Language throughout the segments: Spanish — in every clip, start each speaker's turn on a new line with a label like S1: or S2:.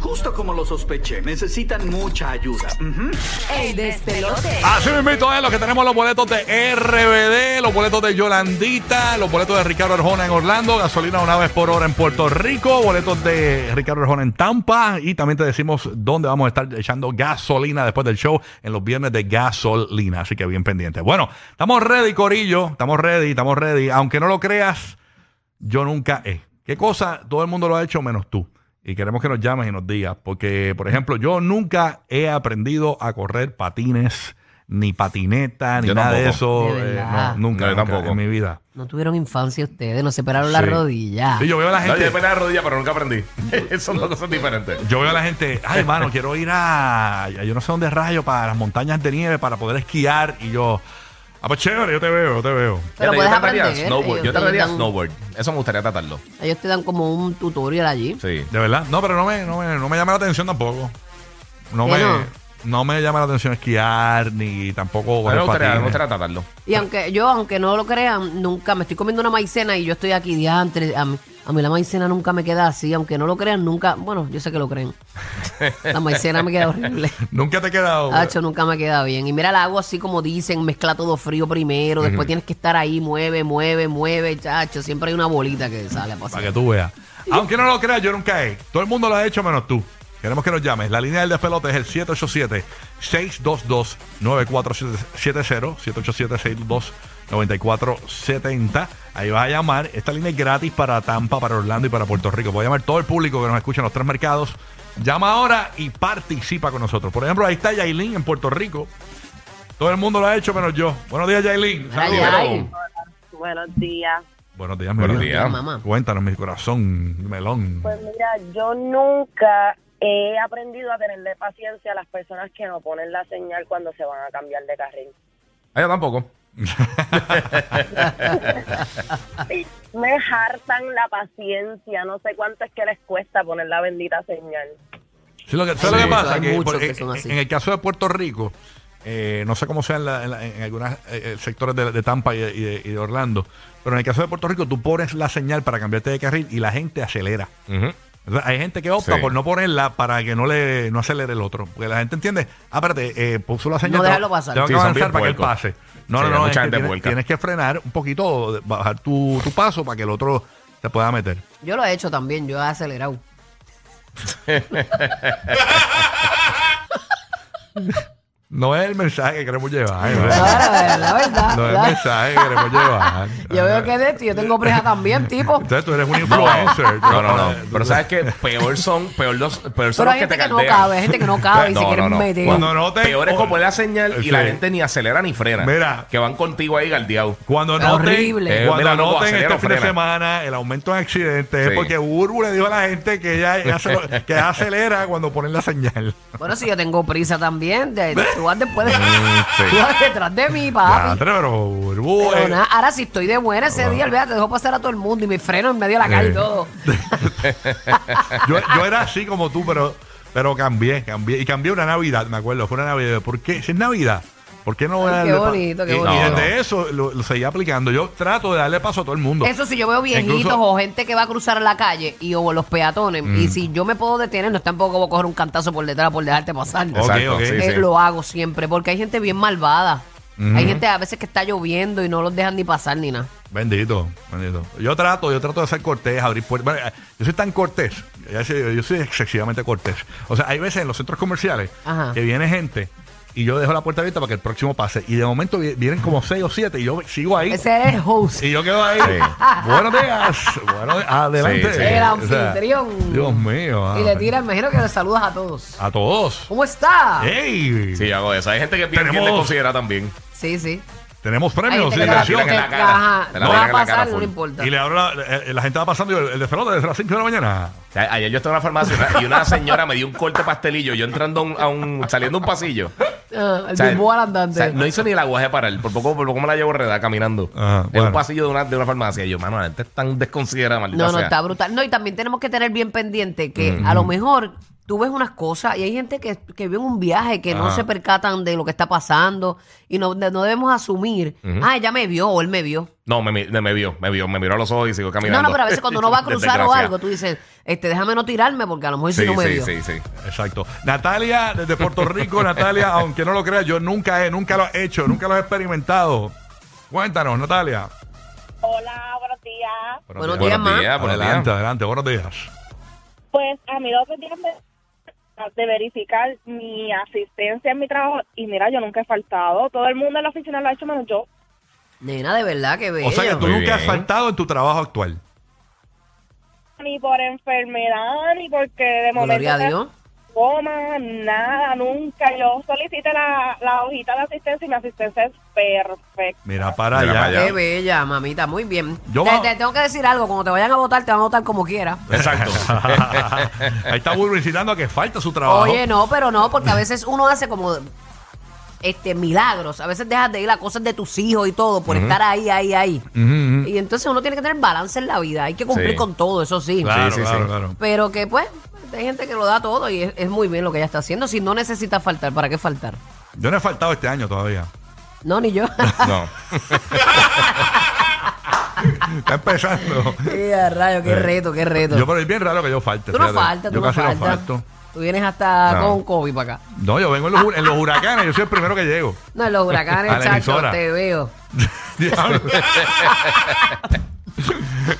S1: Justo como lo sospeché, necesitan mucha ayuda. Ujú.
S2: El despelote.
S3: Así mismito es lo que tenemos los boletos de RBD, los boletos de Yolandita, los boletos de Ricardo Arjona en Orlando, gasolina una vez por hora en Puerto Rico, boletos de Ricardo Arjona en Tampa y también te decimos dónde vamos a estar echando gasolina después del show en los viernes de gasolina, así que bien pendiente. Bueno, estamos ready, Corillo, estamos ready, estamos ready, aunque no lo creas, yo nunca he. ¿Qué cosa todo el mundo lo ha hecho menos tú? Y queremos que nos llames y nos digas, porque, por ejemplo, yo nunca he aprendido a correr patines, ni patineta, ni
S4: Yo
S3: nada de
S4: tampoco.
S3: eso.
S2: De
S3: eh,
S2: verdad.
S3: no, nunca,
S4: No, yo
S3: nunca
S4: tampoco.
S3: en mi vida.
S2: No tuvieron infancia ustedes, no separaron la
S3: Sí.
S2: rodilla.
S3: Y yo veo a la
S4: No, yo
S3: gente,
S4: de pena de rodilla, pero nunca aprendí. Son dos cosas diferentes.
S3: yo veo a la gente, ay, hermano, quiero ir a, a yo no sé dónde rayo, para las montañas de nieve, para poder esquiar. Y yo, ah, pues chévere, yo te veo, yo te veo.
S2: Pero
S4: Fíjate,
S2: puedes
S4: yo trataría
S2: aprender,
S4: snowboard.
S2: ellos
S4: Yo
S2: te
S4: trataría
S2: ayudan.
S4: snowboard. Eso me gustaría tratarlo.
S2: Ellos te dan como un tutorial allí.
S4: Sí.
S3: De verdad. No, pero no me, no me, no me llama la atención tampoco. No
S2: ¿Qué
S3: me,
S2: no?
S3: no me llama la atención esquiar, ni tampoco
S4: A
S3: correr
S4: mí me gustaría, me
S3: patines.
S4: gustaría tratarlo.
S2: Y aunque yo, aunque no lo crean, nunca me estoy comiendo una maicena y yo estoy aquí diantre. A mí, a mí la maicena nunca me queda así, aunque no lo crean, nunca. Bueno, yo sé que lo creen. La maicena me queda horrible.
S3: Nunca te he quedado.
S2: Hacho, nunca me queda bien. Y mira, la hago así como dicen, mezcla todo frío primero, después tienes que estar ahí, mueve, mueve, mueve, chacho. Siempre hay una bolita que sale a
S3: Para
S2: pasar.
S3: que tú veas. Aunque no lo creas, yo nunca he. Todo el mundo lo ha hecho menos tú. Queremos que nos llames. La línea del despelote es el 787-622-9470. 787-622-9470. Ahí vas a llamar. Esta línea es gratis para Tampa, para Orlando y para Puerto Rico. Voy a llamar todo el público que nos escucha en los tres mercados. Llama ahora y participa con nosotros. Por ejemplo, ahí está Yailin en Puerto Rico. Todo el mundo lo ha hecho menos yo. Buenos días, Yailin.
S2: Mira,
S3: Saludos.
S2: Yailin.
S5: Buenos días.
S3: Buenos días, mi
S4: Buenos
S3: vida.
S4: días.
S2: Mamá.
S3: Cuéntanos, mi corazón, melón.
S5: Pues mira, yo nunca he aprendido a tenerle paciencia a las personas que no ponen la señal cuando se van a cambiar de carril.
S4: Ah, yo tampoco.
S5: Me hartan la paciencia, no sé cuánto es que les cuesta poner la bendita señal.
S3: Sí, lo que, ¿sabes lo
S4: Sí.
S3: que pasa?
S2: Hay
S3: Que,
S2: muchos
S3: por-
S2: que son así.
S3: En el caso de Puerto Rico, eh, no sé cómo sea en, la- en la- en algunos sectores de, de Tampa y de, y de- y de Orlando, pero en el caso de Puerto Rico, tú pones la señal para cambiarte de carril y la gente acelera.
S4: Ujú.
S3: O sea, hay gente que opta
S4: Sí.
S3: por no ponerla para que no le no acelere el otro. Porque la gente entiende, ah, espérate, eh, puso la
S2: No
S3: señal. tengo-
S2: déjalo pasar.
S3: Tengo que
S4: Sí, son
S3: avanzar
S4: bien
S3: para que él
S4: puercos.
S3: pase. No,
S4: Sí,
S3: no,
S4: hay
S3: no.
S4: mucha
S3: es que
S4: gente
S3: tienes,
S4: puerca.
S3: tienes que frenar un poquito, bajar tu, tu paso para que el otro se pueda meter.
S2: Yo lo he hecho también, yo he acelerado.
S3: No es el mensaje que queremos llevar. ¿eh?
S2: Ahora, la verdad.
S3: No es el
S2: la-
S3: mensaje que queremos llevar.
S2: Yo veo que de esto, yo tengo presa también, tipo.
S3: Entonces tú eres un
S4: No,
S3: influencer.
S4: no, no, no. Pero sabes que peor son, peor los, peor
S2: Pero
S4: son los
S2: hay
S4: que te
S2: gente que no
S4: caldean.
S2: cabe, hay gente que no cabe y se quieren meter.
S3: Cuando no te-
S4: Peor es como la señal y la
S3: Sí.
S4: gente ni acelera ni frena.
S3: Mira.
S4: Que van contigo ahí galdeado.
S3: Cuando
S2: Es
S3: noten,
S2: horrible.
S4: Eh,
S3: Cuando
S4: mira, loco,
S3: noten
S4: acelera,
S3: este fin de
S4: frena.
S3: semana el aumento en accidentes es
S4: Sí.
S3: porque Urbu le dijo a la gente que ella, ella se lo- que ella acelera cuando ponen la señal.
S2: Bueno, si yo tengo prisa también, de- tú vas después de,
S4: sí.
S2: tú vas detrás de mí,
S3: Ya,
S2: papi.
S3: pero Urbu
S2: Pero
S3: eh,
S2: nada, ahora si estoy de buena ese día, olvídate, te dejo pasar a todo el mundo y me freno en medio de la calle y
S3: Eh.
S2: todo.
S3: yo, yo era así como tú, pero, pero cambié, cambié. Y cambié una Navidad, me acuerdo. Fue una Navidad. ¿Por qué? Si es Navidad. ¿Por qué no voy a
S2: Ay, qué
S3: darle pa-
S2: bonito, qué
S3: y- Y,
S4: bonito.
S3: desde
S4: No,
S3: eso lo, lo seguía aplicando. Yo trato de darle paso a todo el mundo.
S2: Eso si yo veo viejitos
S3: Incluso- Mm.
S2: o gente que va a cruzar la calle y o los peatones, y si yo me puedo detener, no es tampoco voy a coger un cantazo por detrás por dejarte pasar.
S3: Ok, ok.
S4: sí,
S2: Eh,
S4: sí.
S2: Lo hago siempre, porque hay gente bien malvada.
S3: Ujú.
S2: Hay gente a veces que está lloviendo y no los dejan ni pasar ni nada.
S3: Bendito, bendito. Yo trato, yo trato de ser cortés, abrir puertas. Bueno, eh, yo soy tan cortés, ya sé, yo soy excesivamente cortés. O sea, hay veces en los centros comerciales
S2: Ajá.
S3: que viene gente y yo dejo la puerta abierta para que el próximo pase. Y de momento vi- vienen como seis o siete y yo sigo ahí.
S2: Ese es el host.
S3: Y yo quedo ahí.
S4: Sí.
S3: Buenos días. Buenos días. Adelante.
S4: Sí, sí.
S2: El
S3: O sea,
S2: anfitrión.
S3: Dios mío.
S2: Y
S3: ah,
S2: le tira, imagino que le saludas a todos.
S3: A todos.
S2: ¿Cómo está?
S4: ¿Eh?
S3: ¡Ey!
S4: Sí, hago eso. Hay gente que pierde
S3: Tenemos-
S4: bien desconsidera también.
S2: Sí, sí.
S3: Tenemos
S2: Hay
S3: premios.
S2: gente que
S3: y
S4: te la
S3: diversión.
S4: tiran en la
S2: que-
S4: cara.
S2: ajá,
S4: Te la
S2: no
S4: tiran
S2: va a
S4: en la cara
S2: pasar, no
S4: full.
S2: le importa.
S3: Y le abro la, eh, la gente va pasando y el, el despelote desde las 5 de la mañana.
S4: O sea, Ayer yo estaba en la farmacia y una- y una señora me dio un corte pastelillo. Yo entrando a un, a un- saliendo a un pasillo.
S2: Ah, el
S4: O sea,
S2: bimbo al
S4: o
S2: andante.
S4: sea, no hizo ni el aguaje para él. Por poco, por poco me la llevo redada caminando.
S3: Ajá,
S4: en
S3: bueno.
S4: un pasillo de una, de una farmacia. Y yo, mano, la gente es tan desconsiderada, maldita
S2: No, no,
S4: sea.
S2: está brutal. No, y también tenemos que tener bien pendiente que a lo mejor tú ves unas cosas y hay gente que, que vive en un viaje que no
S3: Ajá.
S2: se percatan de lo que está pasando y no, no debemos asumir, ah, ella me vio o él me vio.
S4: No, me, mi- me vio, me vio, me miró a los ojos y sigo caminando.
S2: No, no, pero a veces cuando uno va a cruzar o
S4: Desgracia.
S2: algo, tú dices, este, déjame no tirarme porque a lo mejor
S4: Sí,
S2: si no me
S4: sí,
S2: vio.
S4: sí, sí.
S3: Exacto. Natalia, desde Puerto Rico, Natalia, aunque no lo creas, yo nunca he, nunca lo he hecho, nunca lo he experimentado. Cuéntanos, Natalia.
S5: Hola, buenos días.
S2: Buenos días,
S4: Buenos
S2: ma.
S4: días, buenos
S3: adelante,
S4: días.
S3: adelante, buenos días.
S5: Pues a mí lo que tienen de, de verificar mi asistencia en mi trabajo, y mira, yo nunca he faltado. Todo el mundo en la oficina lo ha hecho menos yo.
S2: Nena, de verdad que bello.
S3: O sea que tú
S4: Muy
S3: nunca has
S4: bien.
S3: faltado en tu trabajo actual.
S5: Ni por enfermedad, ni porque de momento...
S2: Gloria a
S5: me
S2: Dios.
S5: coma, nada, nunca. Yo solicité la, la hojita de asistencia y mi asistencia es perfecta.
S3: Mira para
S4: Mira
S3: allá.
S4: para allá.
S2: Qué bella, mamita, muy bien.
S3: Yo
S2: te,
S3: va-
S2: te tengo que decir algo, cuando te vayan a votar, te van a votar como quiera.
S4: Exacto.
S3: Ahí está publicitando a que falta su trabajo.
S2: Oye, no, pero no, porque a veces uno hace como este milagros. A veces dejas de ir a cosas de tus hijos y todo por estar ahí, ahí, ahí. Y entonces uno tiene que tener balance en la vida. Hay que cumplir
S4: Sí.
S2: con todo, eso sí.
S3: Claro,
S4: Sí, sí,
S3: claro,
S4: sí.
S3: claro.
S2: Pero que pues, hay gente que lo da todo y es, es muy bien lo que ella está haciendo. Si no necesita faltar, ¿para qué faltar?
S3: Yo no he faltado este año todavía.
S2: No, ni yo.
S4: No.
S3: Está empezando.
S2: Ay, a rayo, qué reto, qué reto.
S3: Yo, pero es bien raro que yo falte.
S2: tú no
S3: fíjate.
S2: faltas, tú
S3: yo
S2: no
S3: casi
S2: faltas.
S3: no falto.
S2: Tú vienes hasta
S4: No.
S2: con COVID para acá.
S3: No, yo vengo en los, hu- en los huracanes, yo soy el primero que llego.
S2: No, en los
S3: A
S2: huracanes,
S3: la
S2: chacho,
S3: emisora.
S2: te veo.
S3: Diablo.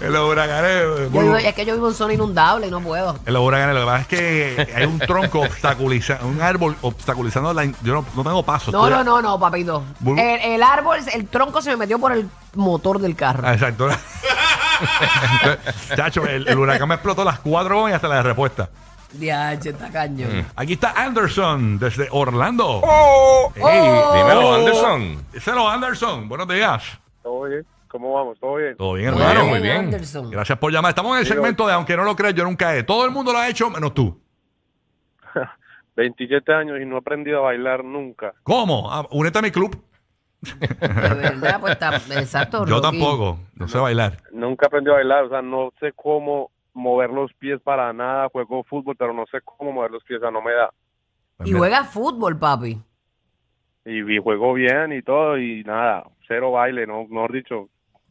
S3: en los huracanes.
S2: Yo vivo-
S3: Bulbu.
S2: es que yo vivo en zona inundable y no puedo.
S3: En los huracanes, lo que pasa es que hay un tronco obstaculizando, un árbol obstaculizando la. in- Yo no, no tengo paso.
S2: No, no, no, no, papito.
S3: Bulbu.
S2: El, el árbol, el tronco se me metió por el motor del carro.
S3: exacto. Chacho, el, el huracán me explotó las cuatro gomas y hasta la de respuesta.
S2: Diache, está cañón.
S3: Aquí está Anderson desde Orlando. Ey,
S2: Oh.
S4: Dímelo, Anderson.
S3: Díselo, Anderson. Buenos días.
S6: Todo bien. ¿Cómo vamos? ¿Todo bien?
S3: Todo bien,
S4: Muy
S3: hermano.
S4: bien, muy bien.
S2: Anderson.
S3: Gracias por llamar. Estamos en el
S6: Digo-
S3: segmento de Aunque no lo creas, yo nunca he. Todo el mundo lo ha hecho, menos tú.
S6: 27 años y no he aprendido a bailar nunca.
S3: ¿Cómo? Ah, únete a mi club.
S2: De verdad, pues está. Exacto.
S3: Yo
S2: Rocky.
S3: tampoco. No sé bailar.
S6: Nunca aprendí a bailar, o sea, no sé cómo mover los pies para nada. Juego fútbol, pero no sé cómo mover los pies, o sea, no me da.
S3: Pues
S2: Y
S3: mira,
S2: juega fútbol, papi.
S6: Y, y juego bien y todo, y nada, cero baile, no, mejor dicho,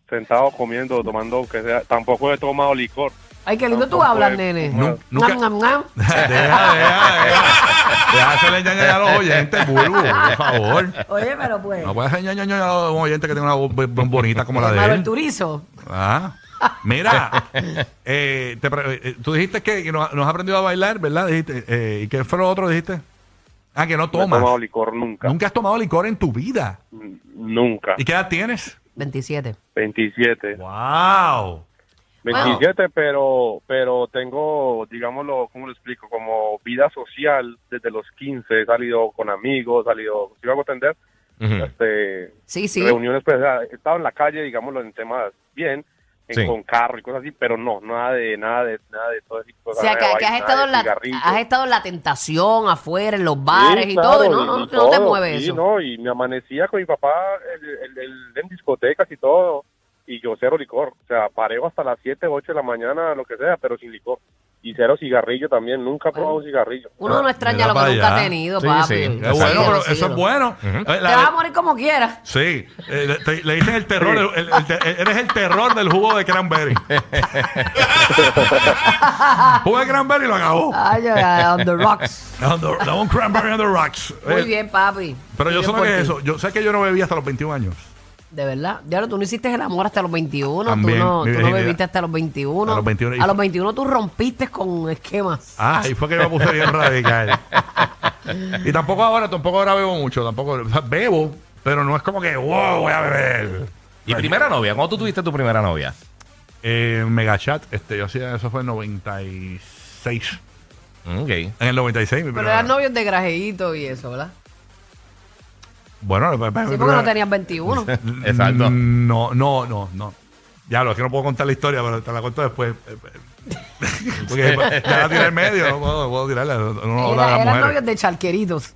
S6: sentado comiendo, tomando, que sea, tampoco he tomado licor.
S2: Ay, qué lindo tú
S6: Tampoco
S2: hablas,
S6: he
S2: nene.
S6: fumado.
S3: Nunca-
S2: Nam, nam, nam.
S3: deja, deja, deja. Deja hacerle ñaña a los oyentes, Bulbo, por favor.
S2: Oye, pero pues.
S3: No puedes hacer ñaña, ñaña a los oyentes que tienen una voz bien bonita como la de
S2: Manuel
S3: él.
S2: Turizo.
S3: Ah, mira, eh, te pre- eh, tú dijiste que, que no, no has aprendido a bailar, ¿verdad? Dijiste, eh, ¿Y qué fue lo otro que dijiste? Ah, que no
S6: No he tomado
S3: tomas.
S6: licor nunca.
S3: Nunca has tomado licor en tu vida.
S6: N- Nunca.
S3: ¿Y qué edad tienes?
S2: 27.
S6: 27.
S3: ¡Wow!
S6: 27, pero pero tengo, digámoslo, ¿cómo lo explico? Como vida social desde los 15, he salido con amigos, he salido, si me hago entender,
S4: Ujú.
S6: este,
S2: Sí, sí.
S6: reuniones, pues, o sea, he estado en la calle, digámoslo, en temas bien, en-
S4: Sí.
S6: con carro y cosas así, pero no, nada de, nada de, nada de todo ese tipo de
S2: O sea, que,
S6: nada de
S2: que has,
S6: vaina,
S2: estado
S6: de
S2: en la,
S6: cigarrillo.
S2: has estado en la tentación, afuera, en los bares
S6: Sí,
S2: y
S6: claro,
S2: todo. y no, no,
S6: y
S2: no, te
S6: todo,
S2: mueve
S6: sí,
S2: eso.
S6: no, y me amanecía con mi papá el- el- el- en discotecas y todo, y yo cero licor. O sea, pareo hasta las 7, 8 de la mañana, lo que sea, pero sin licor. Y cero cigarrillo también, nunca he probado un cigarrillo.
S2: Uno no extraña
S3: Mira
S2: lo que
S3: para
S2: nunca ha
S3: allá.
S2: tenido,
S4: Sí,
S2: papi.
S4: sí.
S2: Síguelo,
S4: Exacto.
S3: bueno, pero eso
S2: síguelo.
S3: es bueno.
S4: Ujú.
S3: Eh,
S2: Te vas a
S3: la-
S2: morir como quieras.
S3: sí, eh, le, te- le dicen el terror, el- el- el te- eh, eres el terror del jugo de cranberry. jugo de cranberry lo acabó.
S2: Ay, ay, ay, on the rocks.
S3: On the- Dame un cranberry on the rocks.
S2: Muy
S3: Eh,
S2: bien, papi.
S3: Pero
S2: Muy
S3: yo
S2: bien
S3: sé lo
S2: por
S3: que es
S2: ti.
S3: eso. Yo sé que yo no bebía hasta los 21 años.
S2: De verdad. Ya tú no hiciste el amor hasta los 21.
S3: También,
S2: tú no,
S3: mi
S2: tú no
S3: virginidad.
S2: bebiste hasta los 21.
S3: A los 21 y-
S2: A los 21 tú rompiste con esquemas.
S3: Ah, ahí fue que yo me puse bien radical. Y tampoco ahora, tampoco ahora bebo mucho, tampoco o sea, bebo, pero no es como que, wow, voy a beber.
S4: ¿Y primera novia? ¿Cuándo tú tuviste tu primera novia?
S3: Eh, Megachat, este, yo hacía eso fue en 96.
S4: Ok.
S3: En el 96, mi
S2: Pero
S3: primera-
S2: eran novios de grajeíto y eso, ¿verdad?
S3: Bueno, pues,
S2: Sí, porque no tenías 21.
S4: Exacto.
S3: No, no, no, no. Ya lo es que no puedo contar la historia, pero te la cuento después. eh, Porque ya la tiré en medio, no puedo, puedo tirarla. No, no habla de
S2: Era-
S3: las
S2: eran
S3: mujeres.
S2: novios de charqueritos.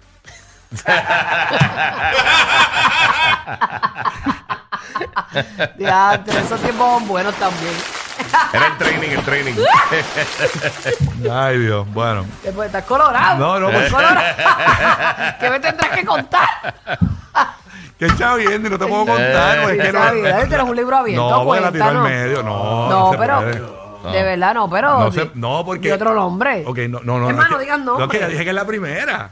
S2: ya, esos tiempos son buenos también.
S4: Era el training, el training.
S3: Ay, Dios. Bueno.
S2: Después Eh, pues, estás colorado.
S3: No, no,
S2: Estás
S3: pues-
S2: colorado. ¿Qué me tendrás que contar?
S3: Que Chavi, Andy, no te puedo contar. porque es que
S2: Está bien,
S3: no,
S2: dale, tienes un libro abierto.
S3: no, porque la tiró al
S2: cuéntanos.
S3: medio. No,
S2: No,
S3: se
S2: pero.
S3: puede.
S2: De verdad, no, pero.
S3: No sé- no, porque-
S2: Y otro nombre.
S3: Ok, no, no, no.
S2: Hermano,
S3: es que-
S2: digan
S3: No, es que
S2: nombre.
S3: ella dije que es la primera.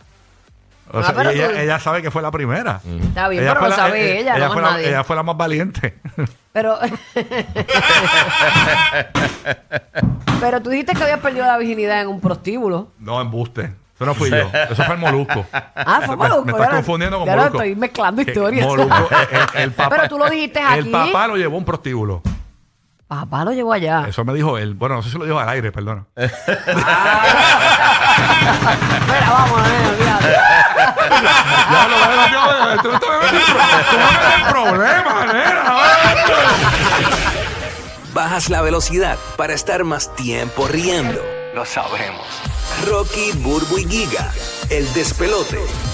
S3: O
S2: Ah,
S3: sea,
S2: pero
S3: ella,
S2: tú-
S3: ella sabe que fue la primera.
S2: Está bien, pero
S3: fue
S2: lo
S3: la-
S2: sabe
S3: eh,
S2: ella, no
S3: fue
S2: más
S3: la,
S2: nadie.
S3: ella fue la más valiente.
S2: Pero. pero tú dijiste que habías perdido la virginidad en un prostíbulo.
S3: No, embuste. Eso no fui yo. Eso fue el Molusco.
S2: Ah, fue
S3: Me-
S2: Molusco, ya
S3: Me, estás
S2: lo-
S3: confundiendo con
S2: ya lo
S3: Molusco.
S2: estoy mezclando
S3: Que
S2: historias.
S3: Molusco, el, el- el papá,
S2: Pero tú lo dijiste aquí.
S3: El papá lo llevó a un prostíbulo.
S2: Papá lo llevó allá.
S3: Eso me dijo él. Bueno, no sé si lo dijo al aire, perdona.
S2: Espera, vamos, eh, olvídate.
S3: Ya lo veo, ya veo. Tú no te me metes en pro- tú no me metes en problemas, nena.
S7: Bajas la velocidad para estar más tiempo riendo.
S1: Lo sabremos.
S7: Rocky, Burbu y Giga, el despelote.